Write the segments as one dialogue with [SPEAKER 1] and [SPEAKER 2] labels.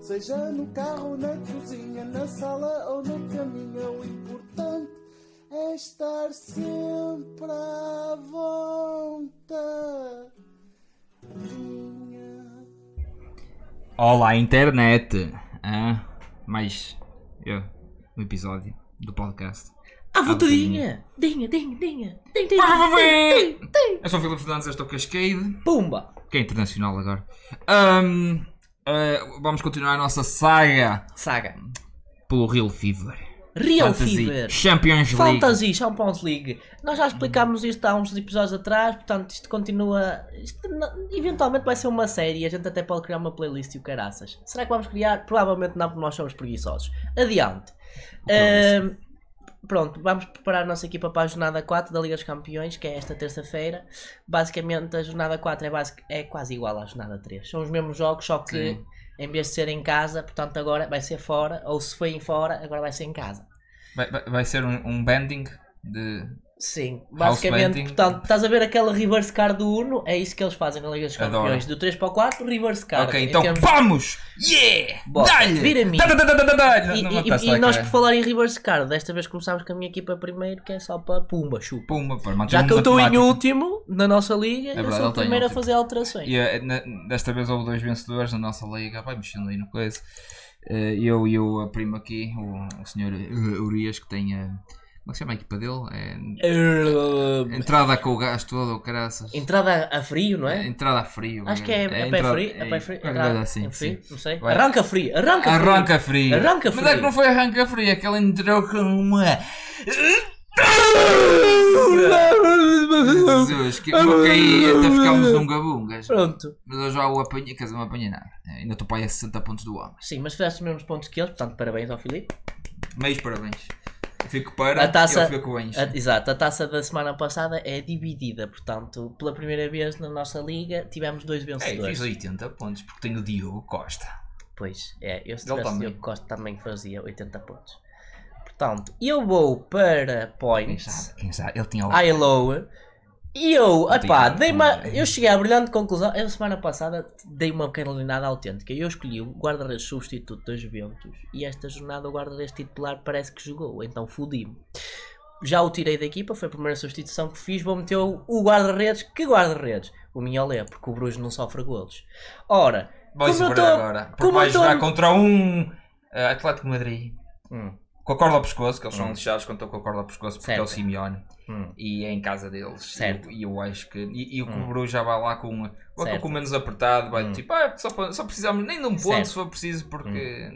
[SPEAKER 1] Seja no carro, na cozinha, na sala ou no caminho, o importante é estar sempre à vontade.
[SPEAKER 2] Olá, internet! Hã? mais eu, um episódio do podcast.
[SPEAKER 3] À Ah, voltadinha! Dinha, dinha, dinha! Dinha,
[SPEAKER 2] um Pá,
[SPEAKER 3] dinha, dinha!
[SPEAKER 2] Eu sou o Filipe Fernandes, eu estou Cascade,
[SPEAKER 3] Pumba!
[SPEAKER 2] que é internacional agora. Ahm, ah, vamos continuar a nossa saga
[SPEAKER 3] Saga!
[SPEAKER 2] pelo Real Fever.
[SPEAKER 3] Real
[SPEAKER 2] Fantasy
[SPEAKER 3] Fever!
[SPEAKER 2] Champions League.
[SPEAKER 3] Fantasy assim, Champions League! Nós já explicámos isto há uns episódios atrás, portanto isto continua. Isto n- eventualmente vai ser uma série e a gente até pode criar uma playlist e o caraças. Será que vamos criar? Provavelmente não, porque nós somos preguiçosos. Adiante! Ahm, Pronto, vamos preparar a nossa equipa para a jornada 4 da Liga dos Campeões, que é esta terça-feira. Basicamente, a jornada 4 é, basic- é quase igual à jornada 3. São os mesmos jogos, só que
[SPEAKER 2] Sim.
[SPEAKER 3] em vez de ser em casa, portanto, agora vai ser fora, ou se foi em fora, agora vai ser em casa.
[SPEAKER 2] Vai, vai- vai ser um, um banding de.
[SPEAKER 3] Sim,
[SPEAKER 2] House
[SPEAKER 3] basicamente,
[SPEAKER 2] Banting.
[SPEAKER 3] portanto, estás a ver aquela reverse card do Uno, é isso que eles fazem na Liga dos
[SPEAKER 2] Adoro.
[SPEAKER 3] Campeões, do 3 para o 4, reverse card.
[SPEAKER 2] ok,
[SPEAKER 3] em
[SPEAKER 2] então
[SPEAKER 3] termos-
[SPEAKER 2] vamos! Yeah!
[SPEAKER 3] Bora,
[SPEAKER 2] Dá-lhe!
[SPEAKER 3] vira a mim.
[SPEAKER 2] Dá-lhe!
[SPEAKER 3] E,
[SPEAKER 2] Não-
[SPEAKER 3] e-
[SPEAKER 2] não
[SPEAKER 3] e-
[SPEAKER 2] tá-se
[SPEAKER 3] e
[SPEAKER 2] lá,
[SPEAKER 3] nós, por
[SPEAKER 2] cara.
[SPEAKER 3] falar em reverse card, desta vez começámos com a minha equipa primeiro, que é só para Pumba, chupa.
[SPEAKER 2] Pumba, pá,
[SPEAKER 3] Já
[SPEAKER 2] mantivemos
[SPEAKER 3] que eu estou em
[SPEAKER 2] matemática.
[SPEAKER 3] último na nossa liga, eu
[SPEAKER 2] verdade,
[SPEAKER 3] sou
[SPEAKER 2] ele
[SPEAKER 3] o
[SPEAKER 2] tá em
[SPEAKER 3] primeiro a
[SPEAKER 2] último.
[SPEAKER 3] fazer alterações.
[SPEAKER 2] E eh, na- desta vez houve dois vencedores na nossa liga, vai mexendo aí no coisa. Eh, eu e o primo aqui, o, o senhor eh, Urias, que tem a. Como é que se chama a equipa dele? É,
[SPEAKER 3] Errrr.
[SPEAKER 2] entrada com o gás todo, o caraças.
[SPEAKER 3] Uh, Entrada a frio, não é?
[SPEAKER 2] Entrada a frio.
[SPEAKER 3] Acho que é, é, pé
[SPEAKER 2] entrada-
[SPEAKER 3] frio. É pé frio.
[SPEAKER 2] qualquer
[SPEAKER 3] entrada
[SPEAKER 2] coisa assim,
[SPEAKER 3] em frio,
[SPEAKER 2] sim.
[SPEAKER 3] não sei.
[SPEAKER 2] Vai.
[SPEAKER 3] Arranca frio. Arranca frio.
[SPEAKER 2] Arranca frio.
[SPEAKER 3] Arranca
[SPEAKER 2] Mas é que
[SPEAKER 3] frio.
[SPEAKER 2] não foi arranca frio, é que ele entrou com uma. Jesus, que eu caí até ficámos um gabungas.
[SPEAKER 3] Pronto.
[SPEAKER 2] Mas eu já o apanhei, quer dizer, não apanhei nada. Ainda estou para aí a 60 pontos do homem.
[SPEAKER 3] Sim, mas fizeste os mesmos pontos que eles, portanto, parabéns ao Filipe.
[SPEAKER 2] Meios parabéns. Eu Fico para, É,
[SPEAKER 3] A taça-
[SPEAKER 2] eu fico com isto.
[SPEAKER 3] A- exato, a taça da semana passada é dividida, portanto, pela primeira vez na nossa liga tivemos dois
[SPEAKER 2] Ei,
[SPEAKER 3] vencedores.
[SPEAKER 2] É, fiz 80 pontos porque tenho o Diogo Costa.
[SPEAKER 3] Pois, é, eu se
[SPEAKER 2] Ele
[SPEAKER 3] tivesse
[SPEAKER 2] também.
[SPEAKER 3] Diogo Costa também fazia 80 pontos. Portanto, eu vou
[SPEAKER 2] É
[SPEAKER 3] para
[SPEAKER 2] Quem
[SPEAKER 3] points,
[SPEAKER 2] sabe, quem sabe, ele tinha o...
[SPEAKER 3] high low, e eu, epá,
[SPEAKER 2] Diga,
[SPEAKER 3] dei uma,
[SPEAKER 2] diga.
[SPEAKER 3] eu cheguei à brilhante conclusão, eu semana passada dei uma canelinada autêntica, eu escolhi o guarda-redes substituto das Juventus, e esta jornada o guarda-redes titular parece que jogou, então fodi-me. Já o tirei da equipa, foi a primeira substituição que fiz, vou meter o o guarda-redes, que guarda-redes? O Minholé, porque o Bruges não sofre golos. Ora...
[SPEAKER 2] Vai
[SPEAKER 3] como eu
[SPEAKER 2] sobrar
[SPEAKER 3] tô-
[SPEAKER 2] agora. Porque
[SPEAKER 3] como eu
[SPEAKER 2] vai
[SPEAKER 3] tô-
[SPEAKER 2] jogar contra um eh, Atlético de Madrid.
[SPEAKER 3] hum,
[SPEAKER 2] Com a corda ao pescoço, que eles são
[SPEAKER 3] Hum.
[SPEAKER 2] lixados quando estão com a corda ao pescoço, porque
[SPEAKER 3] Certo.
[SPEAKER 2] é o Simeone.
[SPEAKER 3] hum.
[SPEAKER 2] E é em casa deles.
[SPEAKER 3] Certo.
[SPEAKER 2] E eu, e eu acho que. E, e o
[SPEAKER 3] Hum.
[SPEAKER 2] Cobru já vai lá com uma. Vai
[SPEAKER 3] Certo.
[SPEAKER 2] com o menos apertado, vai
[SPEAKER 3] Hum.
[SPEAKER 2] tipo, ah, só, pa- só precisamos nem de um ponto
[SPEAKER 3] Certo. Hum.
[SPEAKER 2] se for preciso, porque.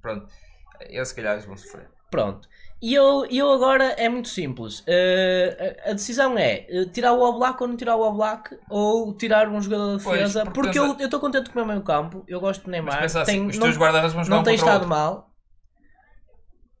[SPEAKER 2] Pronto. Eles se calhar eles vão sofrer.
[SPEAKER 3] Pronto. E eu, eu agora é muito simples. Eh, a, a decisão é eh, tirar o Oblak ou não tirar o Oblak ou tirar um jogador de
[SPEAKER 2] Pois,
[SPEAKER 3] defesa.
[SPEAKER 2] porque
[SPEAKER 3] porque
[SPEAKER 2] tens
[SPEAKER 3] eu eu estou contente com o meu meio campo. Eu gosto de
[SPEAKER 2] Mas
[SPEAKER 3] Neymar.
[SPEAKER 2] pensa assim,
[SPEAKER 3] tem,
[SPEAKER 2] os
[SPEAKER 3] não
[SPEAKER 2] teus guarda-redes vão jogar
[SPEAKER 3] não
[SPEAKER 2] um
[SPEAKER 3] tem
[SPEAKER 2] contra o
[SPEAKER 3] estado
[SPEAKER 2] outro.
[SPEAKER 3] mal.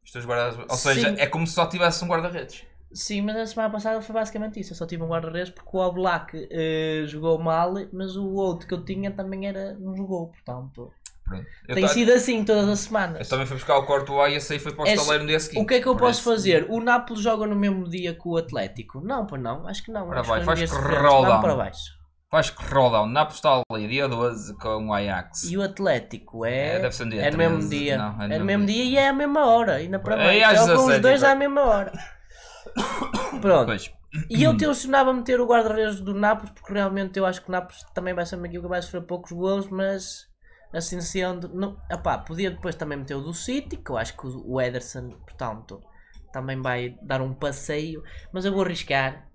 [SPEAKER 2] Os teus guarda Ou seja,
[SPEAKER 3] Sim.
[SPEAKER 2] é como se só tivesse um guarda-redes.
[SPEAKER 3] Sim, mas a semana passada foi basicamente isso. Eu só tive um guarda-redes porque o Oblak eh, jogou mal, mas o outro que eu tinha também era, não jogou. Portanto,
[SPEAKER 2] Pronto. Eu,
[SPEAKER 3] tem
[SPEAKER 2] ta-
[SPEAKER 3] sido assim todas as
[SPEAKER 2] eu
[SPEAKER 3] semanas.
[SPEAKER 2] também fui buscar o Courtois e esse aí foi para o
[SPEAKER 3] É
[SPEAKER 2] estaleiro no dia seguinte.
[SPEAKER 3] O que é que eu
[SPEAKER 2] Por
[SPEAKER 3] posso
[SPEAKER 2] isso-
[SPEAKER 3] fazer? O Nápoles joga no mesmo dia que o Atlético? Não, pois não, acho que não.
[SPEAKER 2] Ora
[SPEAKER 3] acho
[SPEAKER 2] vai,
[SPEAKER 3] que
[SPEAKER 2] faz
[SPEAKER 3] iria
[SPEAKER 2] que
[SPEAKER 3] sofrer.
[SPEAKER 2] roda.
[SPEAKER 3] Não, para baixo.
[SPEAKER 2] Vais que roda um o Napos está ali, dia 12 com o Ajax.
[SPEAKER 3] E o Atlético é.
[SPEAKER 2] É, deve ser no dia
[SPEAKER 3] é no mesmo
[SPEAKER 2] 13.
[SPEAKER 3] dia.
[SPEAKER 2] Não,
[SPEAKER 3] é, no mesmo dia. e é à mesma hora. Ainda para
[SPEAKER 2] É
[SPEAKER 3] baixo.
[SPEAKER 2] às
[SPEAKER 3] Jogam os
[SPEAKER 2] 17,
[SPEAKER 3] dois
[SPEAKER 2] tipo.
[SPEAKER 3] à mesma hora. Pronto.
[SPEAKER 2] Pois,
[SPEAKER 3] E eu tensionava meter o guarda-redes do Nápoles porque realmente eu acho que o Nápoles também vai ser uma equipa que vai sofrer poucos golos, mas assim sendo. Não, opá, podia depois também meter o do City, que eu acho que o o Ederson, portanto, também vai dar um passeio, mas eu vou arriscar.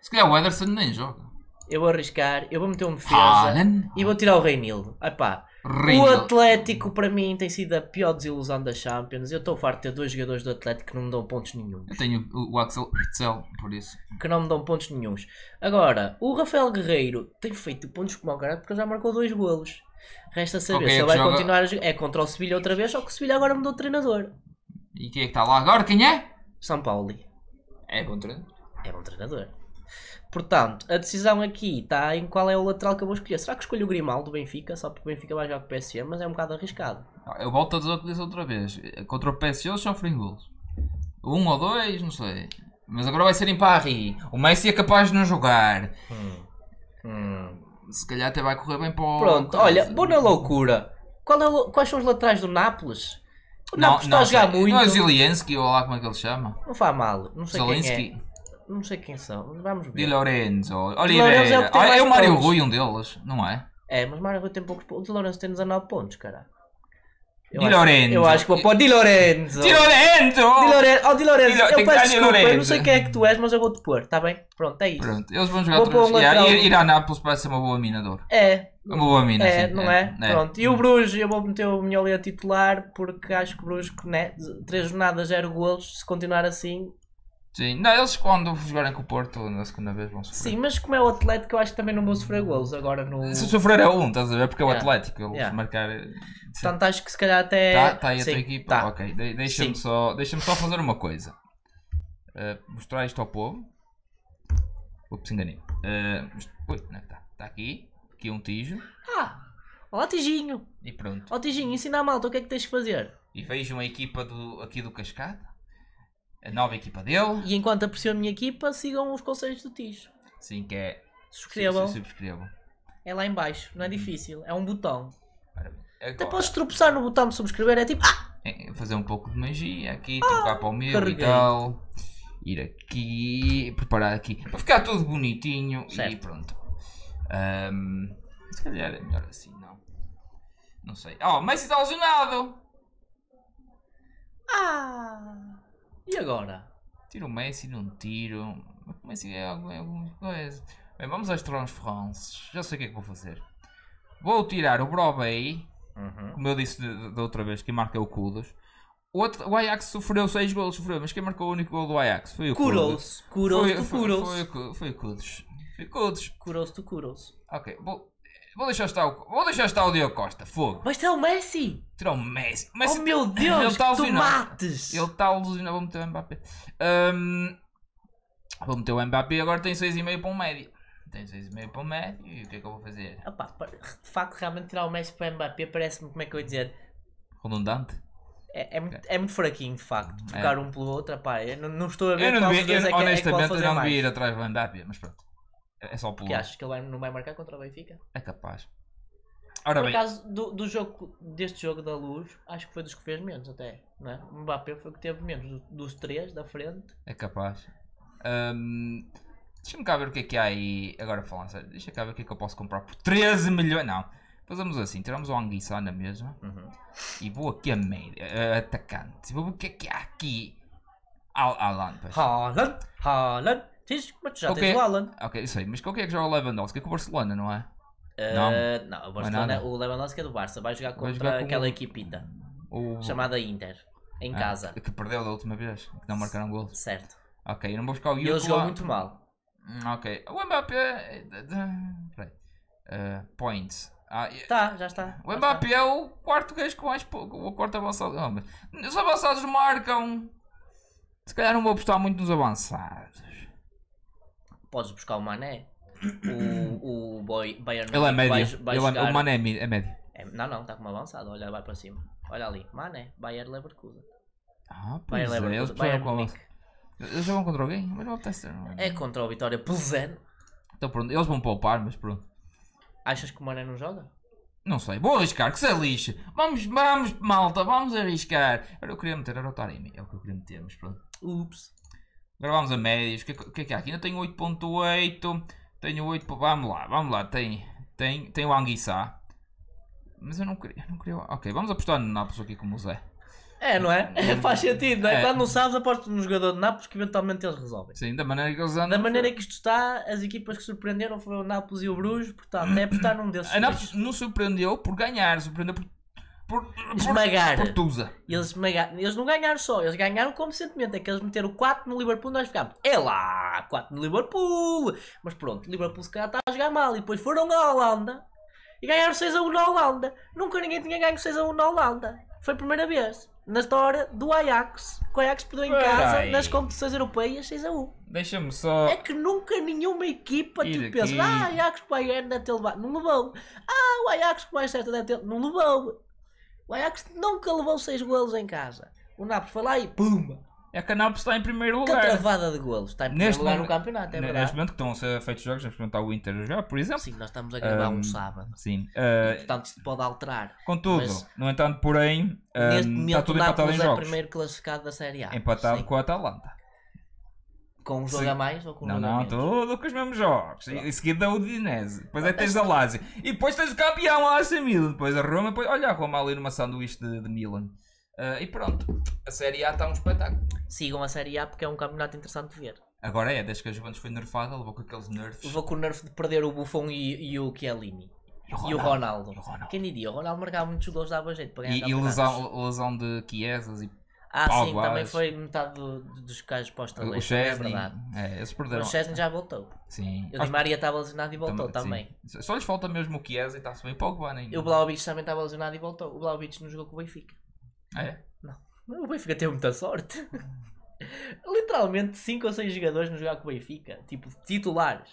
[SPEAKER 2] se calhar o Ederson nem joga.
[SPEAKER 3] Eu vou arriscar, eu vou meter um defesa
[SPEAKER 2] Haaland,
[SPEAKER 3] e vou tirar o Reinildo. Epá, O
[SPEAKER 2] Rangel.
[SPEAKER 3] Atlético para mim tem sido a pior desilusão da Champions. Eu estou farto de ter dois jogadores do Atlético que não me dão pontos nenhum.
[SPEAKER 2] Eu tenho o o Axel Witzel, por isso.
[SPEAKER 3] Que não me dão pontos nenhuns. Agora, o Rafael Guerreiro tem feito pontos como ao caralho porque ele já marcou dois golos. Resta saber
[SPEAKER 2] Ok, é
[SPEAKER 3] se
[SPEAKER 2] que
[SPEAKER 3] ele vai
[SPEAKER 2] joga-
[SPEAKER 3] continuar a jogar. É contra o Sevilha outra vez, só que o Sevilha agora mudou de treinador.
[SPEAKER 2] E quem é que está lá agora? Quem é?
[SPEAKER 3] São Paulo
[SPEAKER 2] É contra.
[SPEAKER 3] é bom treinador. Portanto, a decisão aqui está em qual é o lateral que eu vou escolher. Será que escolho o Grimaldo do Benfica? Só porque o Benfica vai jogar com o PSG, mas é um bocado arriscado.
[SPEAKER 2] Eu volto a dizer o que disse outra vez. Contra o PSG eles sofrem golos. Um ou dois, não sei. Mas agora vai ser em Paris. O Messi é capaz de não jogar.
[SPEAKER 3] Hum. Hum.
[SPEAKER 2] Se calhar até vai correr bem para o... assim?
[SPEAKER 3] Pronto, olha, vou na loucura. Qual é o- quais são os laterais do Nápoles? O
[SPEAKER 2] Não,
[SPEAKER 3] Nápoles está a jogar muito.
[SPEAKER 2] Não é
[SPEAKER 3] Não,
[SPEAKER 2] o Zielinski, ou lá como é que ele se chama?
[SPEAKER 3] faz mal. Não sei quem
[SPEAKER 2] Zielinski.
[SPEAKER 3] é. Não sei quem são. Vamos ver.
[SPEAKER 2] Di Lorenzo,
[SPEAKER 3] Lorenzo é o
[SPEAKER 2] Oliveira.
[SPEAKER 3] que tem
[SPEAKER 2] Ah,
[SPEAKER 3] mais
[SPEAKER 2] é o Mário
[SPEAKER 3] golos.
[SPEAKER 2] Rui, um deles, não é?
[SPEAKER 3] É, mas Mário Rui tem poucos pontos. O Di Lorenzo tem 19 pontos, cara. Eu
[SPEAKER 2] Di
[SPEAKER 3] acho-
[SPEAKER 2] Lorenzo.
[SPEAKER 3] Eu acho que vou para o Di Lorenzo.
[SPEAKER 2] Di Lorenzo!
[SPEAKER 3] Di Lorenzo. Oh, Di Lorenzo,
[SPEAKER 2] Di Lo- tem
[SPEAKER 3] eu
[SPEAKER 2] que
[SPEAKER 3] peço
[SPEAKER 2] dar Di
[SPEAKER 3] desculpa. Eu não
[SPEAKER 2] Lorenzo.
[SPEAKER 3] sei quem é que tu és, mas eu vou-te pôr, está bem? Pronto, é isso.
[SPEAKER 2] Pronto, eles vão jogar
[SPEAKER 3] Vou
[SPEAKER 2] todos.
[SPEAKER 3] pôr um
[SPEAKER 2] E a-
[SPEAKER 3] lateral.
[SPEAKER 2] Ir, ir a Nápoles parece ser uma boa mina de ouro.
[SPEAKER 3] É,
[SPEAKER 2] Uma boa mina,
[SPEAKER 3] é,
[SPEAKER 2] sim,
[SPEAKER 3] não é? Pronto. E
[SPEAKER 2] Hum.
[SPEAKER 3] o Bruges, eu vou meter o Minholi a titular porque acho que o Bruges, né, três jornadas, zero golos, se continuar assim.
[SPEAKER 2] Sim, não, eles quando jogarem com o Porto na segunda vez vão sofrer.
[SPEAKER 3] Sim, mas como é o Atlético, eu acho que também não vou sofrer golos agora no.
[SPEAKER 2] Se sofrer é um, estás a ver? Porque é o
[SPEAKER 3] Yeah.
[SPEAKER 2] Atlético, eles
[SPEAKER 3] Yeah.
[SPEAKER 2] marcar.
[SPEAKER 3] Portanto, acho que se calhar até.
[SPEAKER 2] Está tá aí a
[SPEAKER 3] Sim,
[SPEAKER 2] tua equipa?
[SPEAKER 3] tá.
[SPEAKER 2] Ok, de- deixa-me
[SPEAKER 3] Sim.
[SPEAKER 2] só, deixa só fazer uma coisa. Eh, mostrar isto ao povo. Ups, enganei. Eh, mos- ui, não é que está? Está aqui. Aqui um tijo.
[SPEAKER 3] Ah! Olá, Tijinho!
[SPEAKER 2] E pronto.
[SPEAKER 3] Ó Tijinho, ensina a malta o que é que tens de fazer.
[SPEAKER 2] E vejo uma equipa do, aqui do Cascada. A nova equipa dele.
[SPEAKER 3] E enquanto aprecio a minha equipa, sigam os conselhos do Tijo.
[SPEAKER 2] Sim, que é.
[SPEAKER 3] Subscrevam.
[SPEAKER 2] Sim, subscrevam.
[SPEAKER 3] É lá em baixo, não é difícil. É um botão.
[SPEAKER 2] Ora bem,
[SPEAKER 3] Até
[SPEAKER 2] Agora,
[SPEAKER 3] podes tropeçar no botão de subscrever, é tipo. Ah!
[SPEAKER 2] é, fazer um pouco de magia aqui, trocar para o meu e
[SPEAKER 3] carreguei.
[SPEAKER 2] tal. Ir aqui, preparar aqui. Para ficar tudo bonitinho e
[SPEAKER 3] Certo.
[SPEAKER 2] pronto. Ahm, se calhar é melhor assim, não? Não sei. Oh, Messi está lesionado!
[SPEAKER 3] ah. E agora?
[SPEAKER 2] Tiro o Messi, não tiro. Mas o Messi é alguma, é alguma coisa. Bem, vamos aos transferências. Já sei o que é que vou fazer. Vou tirar o Brobey. como eu disse de- de- da outra vez, quem marca é o Kudos. O, outro- o Ajax sofreu 6 golos, sofreu, mas quem marcou o único gol do Ajax foi o Kudos.
[SPEAKER 3] Curou-se, curou-se,
[SPEAKER 2] foi,
[SPEAKER 3] tu
[SPEAKER 2] foi,
[SPEAKER 3] curou-se.
[SPEAKER 2] o Ku- foi o Kudos. Foi o Kudos.
[SPEAKER 3] Curou-se, tu curou-se.
[SPEAKER 2] Ok, vou, vou deixar estar o, vou deixar estar o Diogo Costa. Fogo.
[SPEAKER 3] Mas é o Messi!
[SPEAKER 2] Tirou o Messi.
[SPEAKER 3] Oh
[SPEAKER 2] Messi
[SPEAKER 3] meu Deus,
[SPEAKER 2] ele tá
[SPEAKER 3] que tu
[SPEAKER 2] alucinado.
[SPEAKER 3] mates!
[SPEAKER 2] Ele está alucinado. Vou meter o Mbappé. Ahm, vou meter o Mbappé. Agora tem 6,5 para um médio. Tem 6,5 para um médio. E o que é que eu vou fazer?
[SPEAKER 3] Opa, pa- de facto, realmente tirar o Messi para o Mbappé parece-me, como é que eu ia dizer?
[SPEAKER 2] Redundante?
[SPEAKER 3] É, é, muito, é muito fraquinho, de facto,
[SPEAKER 2] É.
[SPEAKER 3] trocar um pelo outro, pá, eu não, não estou a ver
[SPEAKER 2] Eu não
[SPEAKER 3] qual dos
[SPEAKER 2] devia, eu,
[SPEAKER 3] dois é que é- é que pode
[SPEAKER 2] honestamente,
[SPEAKER 3] fazer
[SPEAKER 2] eu não
[SPEAKER 3] mais.
[SPEAKER 2] devia ir atrás do Mbappé. Mas pronto. É só pelo.
[SPEAKER 3] Porque achas que ele vai- não vai marcar contra o Benfica?
[SPEAKER 2] É capaz. Ora
[SPEAKER 3] Por
[SPEAKER 2] bem,
[SPEAKER 3] acaso, do, do jogo, deste jogo da luz, acho que foi dos que fez menos até, não é? O Mbappé foi o que teve menos, do- dos três da frente.
[SPEAKER 2] é capaz. Ahm, Deixa-me cá ver o que é que há aí. Agora falando sério, deixa cá ver o que é que eu posso comprar por 13 milhões. Não, fazemos assim: tiramos o Anguissa na mesma e vou aqui a média, a- a atacante. Vou ver o que é que há aqui. Al Alan, pois.
[SPEAKER 3] Haaland, Haaland, tens, mas tu já
[SPEAKER 2] Ok.
[SPEAKER 3] tens o Haaland.
[SPEAKER 2] Ok, eu sei, mas com quem é que joga o Lewandowski? É com o Barcelona, não é?
[SPEAKER 3] Eh,
[SPEAKER 2] Não.
[SPEAKER 3] não, o,
[SPEAKER 2] Mas
[SPEAKER 3] Barcelona,
[SPEAKER 2] nada.
[SPEAKER 3] o Lewandowski é do Barça, vai jogar
[SPEAKER 2] Vai
[SPEAKER 3] contra
[SPEAKER 2] jogar com-
[SPEAKER 3] aquela equipita
[SPEAKER 2] O...
[SPEAKER 3] chamada Inter, em
[SPEAKER 2] Ah,
[SPEAKER 3] casa,
[SPEAKER 2] Que perdeu da última vez, que não marcaram gols.
[SPEAKER 3] certo?
[SPEAKER 2] Ok, eu não vou buscar o
[SPEAKER 3] E ele
[SPEAKER 2] Yuri
[SPEAKER 3] jogou
[SPEAKER 2] lá.
[SPEAKER 3] muito mal.
[SPEAKER 2] Hum, Ok, o Mbappé. eh, de- de- Peraí. Eh, points. Ah, e-
[SPEAKER 3] Tá, já está.
[SPEAKER 2] O Mbappé é o quarto gajo com mais. po- O quarto avançado. Não, mas os avançados marcam. Se calhar não vou apostar muito nos avançados.
[SPEAKER 3] Podes buscar o Mané. O, o boy, Bayern
[SPEAKER 2] Ele é
[SPEAKER 3] Munique
[SPEAKER 2] médio.
[SPEAKER 3] vai- vai
[SPEAKER 2] Ele é-
[SPEAKER 3] jogar-
[SPEAKER 2] o Mané é mi- é médio.
[SPEAKER 3] É, não, não, está com uma avançada. Olha, vai para cima. Olha ali. Mané, Bayern Leverkusen.
[SPEAKER 2] Ah, pois
[SPEAKER 3] Bayern
[SPEAKER 2] é, eles
[SPEAKER 3] Leverkusen.
[SPEAKER 2] puseram
[SPEAKER 3] Bayern
[SPEAKER 2] com avanço.
[SPEAKER 3] Munique.
[SPEAKER 2] Eles jogam contra alguém? Mas não apetece. não.
[SPEAKER 3] É contra o Vitória Plzen.
[SPEAKER 2] Então pronto, eles vão poupar, mas pronto.
[SPEAKER 3] Achas que o Mané não joga?
[SPEAKER 2] Não sei, vou arriscar, que se lixe. Vamos, vamos, malta, vamos arriscar. Agora eu queria meter a Rotarimi, é o que eu queria meter, mas pronto.
[SPEAKER 3] Ups.
[SPEAKER 2] Agora vamos a médios. O que, é que- o que é que há aqui? Ainda tenho 8.8. Tenho 8. po- Vamos lá, vamos lá. Tem, tem, tem o Anguissá. Mas eu não queria, não queria. Ok, vamos apostar no Nápoles aqui como o Zé.
[SPEAKER 3] É, não é? Faz sentido, não é?
[SPEAKER 2] É.
[SPEAKER 3] Quando não sabes, apostas num jogador de Nápoles que eventualmente eles resolvem.
[SPEAKER 2] Sim, da maneira que eles andam.
[SPEAKER 3] Da maneira que isto está, as equipas que surpreenderam foram o Nápoles e o Bruges, portanto, é apostar num desses.
[SPEAKER 2] A Nápoles
[SPEAKER 3] dois.
[SPEAKER 2] não surpreendeu por ganhar, surpreendeu por. por, por
[SPEAKER 3] Esmagar.
[SPEAKER 2] Portusa.
[SPEAKER 3] E Eles, esmaga- eles não ganharam só, eles ganharam como sentimento. É que eles meteram 4 no Liverpool, nós ficámos, é lá, 4 no Liverpool. Mas pronto, o Liverpool se calhar está a jogar mal. E depois foram à Holanda e ganharam 6 a 1 na Holanda. Nunca ninguém tinha ganho 6 a 1 na Holanda. Foi a primeira vez na história do Ajax. Que o Ajax perdeu em casa
[SPEAKER 2] Peraí.
[SPEAKER 3] nas competições europeias 6 a 1.
[SPEAKER 2] Deixa-me só.
[SPEAKER 3] É que nunca nenhuma equipa
[SPEAKER 2] Ir
[SPEAKER 3] tipo pensa,
[SPEAKER 2] aqui.
[SPEAKER 3] ah, Ajax que o Bayern deve ter levado, não levou. Ah, o Ajax que o Manchester deve ter, não levou. O Ajax nunca levou seis golos em casa. O Napoli foi lá e pumba.
[SPEAKER 2] É que a Nápoles está em primeiro
[SPEAKER 3] Que
[SPEAKER 2] lugar.
[SPEAKER 3] travada de golos. Está em primeiro
[SPEAKER 2] Neste
[SPEAKER 3] lugar
[SPEAKER 2] momento-
[SPEAKER 3] no campeonato, é
[SPEAKER 2] Neste
[SPEAKER 3] verdade.
[SPEAKER 2] momento que estão a ser feitos jogos, vamos perguntar o Inter a jogar, por exemplo.
[SPEAKER 3] Sim, nós estamos a gravar um,
[SPEAKER 2] Ahm,
[SPEAKER 3] sábado.
[SPEAKER 2] Sim. Uh,
[SPEAKER 3] Portanto, isto pode alterar.
[SPEAKER 2] contudo,
[SPEAKER 3] Mas-
[SPEAKER 2] no entanto, porém, uh,
[SPEAKER 3] Neste momento,
[SPEAKER 2] está tudo empatado em
[SPEAKER 3] Nápoles é o
[SPEAKER 2] jogos.
[SPEAKER 3] primeiro classificado da Série A.
[SPEAKER 2] Empatado
[SPEAKER 3] Sim.
[SPEAKER 2] com a Atalanta.
[SPEAKER 3] Com um jogo
[SPEAKER 2] Sim.
[SPEAKER 3] a mais ou com um
[SPEAKER 2] Não,
[SPEAKER 3] jogo a
[SPEAKER 2] não,
[SPEAKER 3] menos?
[SPEAKER 2] tudo com os mesmos jogos. E, em seguida o Udinese. Depois é que tens a Lazio. E depois tens o campeão, a AC Milan. Depois a Roma. Depois, olha, a Roma ali numa sanduíche de, de Milan. Ah, e pronto. A Série A está um espetáculo.
[SPEAKER 3] Sigam a Série A porque é um campeonato interessante de ver.
[SPEAKER 2] Agora é, desde que a Juventus foi nerfada, levou com aqueles nerfs.
[SPEAKER 3] Levou com o nerf de perder o Buffon e, e o Chiellini. E o
[SPEAKER 2] E o
[SPEAKER 3] Ronaldo. é
[SPEAKER 2] Ronaldo.
[SPEAKER 3] Quem diria? O Ronaldo marcava muitos gols, dava jeito para ganhar
[SPEAKER 2] E, e
[SPEAKER 3] campeonatos.
[SPEAKER 2] lesão, lesão de Chiesas e
[SPEAKER 3] Ah,
[SPEAKER 2] Pau
[SPEAKER 3] sim,
[SPEAKER 2] Vaz.
[SPEAKER 3] também foi metade do- do- dos casos postos
[SPEAKER 2] o Chesney. É, eles perderam.
[SPEAKER 3] O Chesney já voltou.
[SPEAKER 2] Sim.
[SPEAKER 3] O Di Maria estava lesionado e voltou
[SPEAKER 2] Tam-
[SPEAKER 3] também.
[SPEAKER 2] sim. Só lhes falta mesmo o Chiesa e está-se bem. E o Pogba nem.
[SPEAKER 3] E o Blaovic também estava lesionado e voltou. O Blaovic não jogou com o Benfica.
[SPEAKER 2] É?
[SPEAKER 3] O Benfica teve muita sorte. Literalmente 5 ou 6 jogadores não jogaram com o Benfica. Tipo, titulares.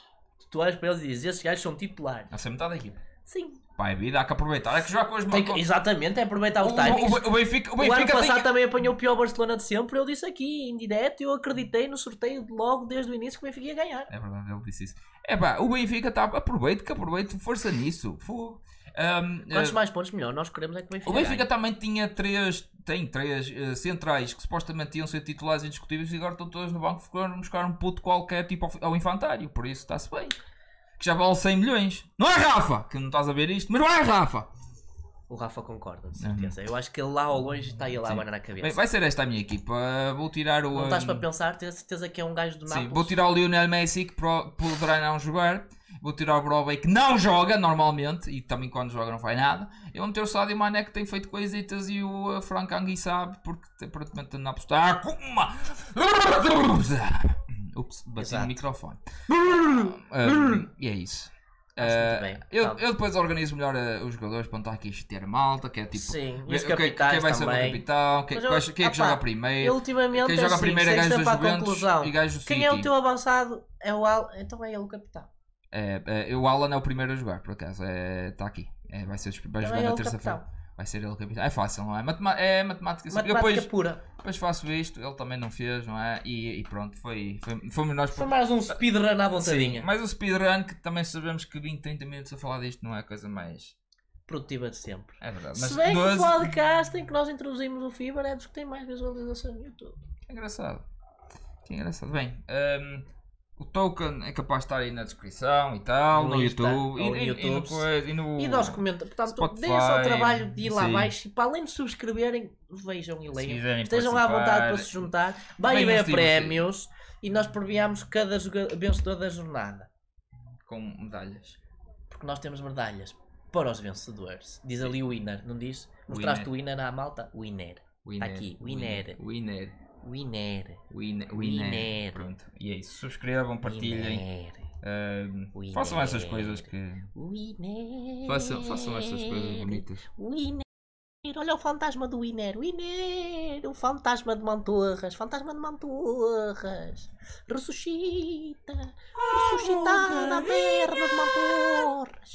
[SPEAKER 3] Tu olhas para eles e dizes, esses gajos são titulares.
[SPEAKER 2] Não sei metade da equipe.
[SPEAKER 3] Sim.
[SPEAKER 2] Pá, é vida, há que aproveitar. É que jogar com as mãos.
[SPEAKER 3] Tem que- exatamente, é aproveitar os timings.
[SPEAKER 2] O, o, o Benfica, o
[SPEAKER 3] O ano
[SPEAKER 2] Benfica tem
[SPEAKER 3] passado
[SPEAKER 2] que-
[SPEAKER 3] também apanhou o pior Barcelona de sempre. Eu disse aqui, em direto, eu acreditei no sorteio de logo desde o início que o Benfica ia ganhar.
[SPEAKER 2] É verdade, ele disse isso. É pá, o Benfica está. Aproveite que aproveite, força nisso. Fogo.
[SPEAKER 3] É
[SPEAKER 2] Ahm,
[SPEAKER 3] Quantos
[SPEAKER 2] eh,
[SPEAKER 3] mais pontos melhor, nós queremos é que o Benfica.
[SPEAKER 2] o Benfica
[SPEAKER 3] ganhe.
[SPEAKER 2] também tinha três, tem três eh, centrais que supostamente iam ser titulares indiscutíveis e agora estão todos no banco porque foram buscar um puto qualquer tipo ao, ao infantário. Por isso está-se bem. Que já vale 100 milhões. Não é Rafa, que não estás a ver isto, mas não é Rafa.
[SPEAKER 3] O Rafa concorda, de certeza. Eu acho que ele lá ao longe está aí lá a banana na cabeça.
[SPEAKER 2] Uhum. Bem, vai ser esta a minha equipa. Ah, vou tirar o.
[SPEAKER 3] Não estás
[SPEAKER 2] ah,
[SPEAKER 3] para pensar, tenho a certeza que é um gajo do
[SPEAKER 2] Sim,
[SPEAKER 3] Nápoles.
[SPEAKER 2] vou tirar o Lionel Messi que pro- poderá não jogar. Vou tirar o Broadway que não joga normalmente e também quando joga não faz nada. Eu vou meter o Sadio Mané que tem feito coisitas e o eh, Frank Angui sabe porque te- aparentemente anda a apostar com uma. Ups, bati
[SPEAKER 3] Exato.
[SPEAKER 2] no microfone. Ahm, e é isso.
[SPEAKER 3] Faz muito
[SPEAKER 2] Ah,
[SPEAKER 3] bem.
[SPEAKER 2] eu,
[SPEAKER 3] Tá.
[SPEAKER 2] eu depois organizo melhor eh, os jogadores para não estar aqui a chatear a malta, que é tipo.
[SPEAKER 3] Sim,
[SPEAKER 2] o
[SPEAKER 3] e os
[SPEAKER 2] que- o que-
[SPEAKER 3] capitais
[SPEAKER 2] quem vai ser o
[SPEAKER 3] também.
[SPEAKER 2] capitão? Quem,
[SPEAKER 3] Mas eu-
[SPEAKER 2] quais- quem é que
[SPEAKER 3] opá,
[SPEAKER 2] joga primeiro?
[SPEAKER 3] Eu ultimamente
[SPEAKER 2] Quem
[SPEAKER 3] é
[SPEAKER 2] joga
[SPEAKER 3] assim,
[SPEAKER 2] primeiro é
[SPEAKER 3] sei
[SPEAKER 2] gajo
[SPEAKER 3] sempre
[SPEAKER 2] da
[SPEAKER 3] à
[SPEAKER 2] Juventus
[SPEAKER 3] conclusão.
[SPEAKER 2] e gajo do
[SPEAKER 3] Quem é o
[SPEAKER 2] City.
[SPEAKER 3] teu avançado? É o Al... Então é ele o capitão.
[SPEAKER 2] É, é, o Alan é o primeiro a jogar, por acaso. Está aqui. É, vai ser, vai
[SPEAKER 3] Então
[SPEAKER 2] jogar
[SPEAKER 3] é ele
[SPEAKER 2] na
[SPEAKER 3] o
[SPEAKER 2] terça-feira.
[SPEAKER 3] capitão.
[SPEAKER 2] Vai ser ele o capitão. É fácil, não é? Matema- é matemática. simples.
[SPEAKER 3] Matemática
[SPEAKER 2] Eu depois,
[SPEAKER 3] pura.
[SPEAKER 2] depois faço isto, ele também não fez, não é? E, e pronto, foi, foi, fomos nós
[SPEAKER 3] Foi
[SPEAKER 2] por.
[SPEAKER 3] mais um speedrun à vontadinha.
[SPEAKER 2] Mas o speedrun, que também sabemos que 20, 30 minutos a falar disto não é a coisa mais.
[SPEAKER 3] Produtiva de sempre.
[SPEAKER 2] É verdade. Mas
[SPEAKER 3] Se bem que o
[SPEAKER 2] 12
[SPEAKER 3] podcast em que nós introduzimos o Fiber é dos que tem mais visualizações no YouTube.
[SPEAKER 2] Que é engraçado. Que engraçado. Bem, hum, o token é capaz de estar aí na descrição e tal,
[SPEAKER 3] No
[SPEAKER 2] no,
[SPEAKER 3] Insta,
[SPEAKER 2] YouTube.
[SPEAKER 3] ou no
[SPEAKER 2] E, e- e no
[SPEAKER 3] YouTube.
[SPEAKER 2] coisa, e no.
[SPEAKER 3] E nós comentamos. Portanto,
[SPEAKER 2] Hum. Spotify,
[SPEAKER 3] deem-se ao trabalho de ir lá
[SPEAKER 2] sim.
[SPEAKER 3] abaixo e para além de subscreverem, vejam e leiam.
[SPEAKER 2] quiserem
[SPEAKER 3] Estejam à vontade
[SPEAKER 2] participar.
[SPEAKER 3] para se juntar. Vai
[SPEAKER 2] Venham
[SPEAKER 3] haver
[SPEAKER 2] se divertir.
[SPEAKER 3] prémios e nós premiamos cada joga- vencedor da jornada.
[SPEAKER 2] Com medalhas.
[SPEAKER 3] Porque nós temos medalhas para os vencedores. Diz ali o winner, não diz? Mostraste o winner à malta? Winner. Tá aqui, Winner.
[SPEAKER 2] Winner.
[SPEAKER 3] Winner.
[SPEAKER 2] Winner.
[SPEAKER 3] Winner.
[SPEAKER 2] Winner. Pronto. E é isso. Subscrevam, partilhem.
[SPEAKER 3] Winner.
[SPEAKER 2] ahm,
[SPEAKER 3] Winner.
[SPEAKER 2] façam essas coisas que.
[SPEAKER 3] Winner.
[SPEAKER 2] Façam, façam essas coisas bonitas.
[SPEAKER 3] Winner. Olha o fantasma do Winner. Winner. O fantasma de Mantorras. Fantasma de Mantorras. Ressuscita. Ressuscitada a merda de Mantorras.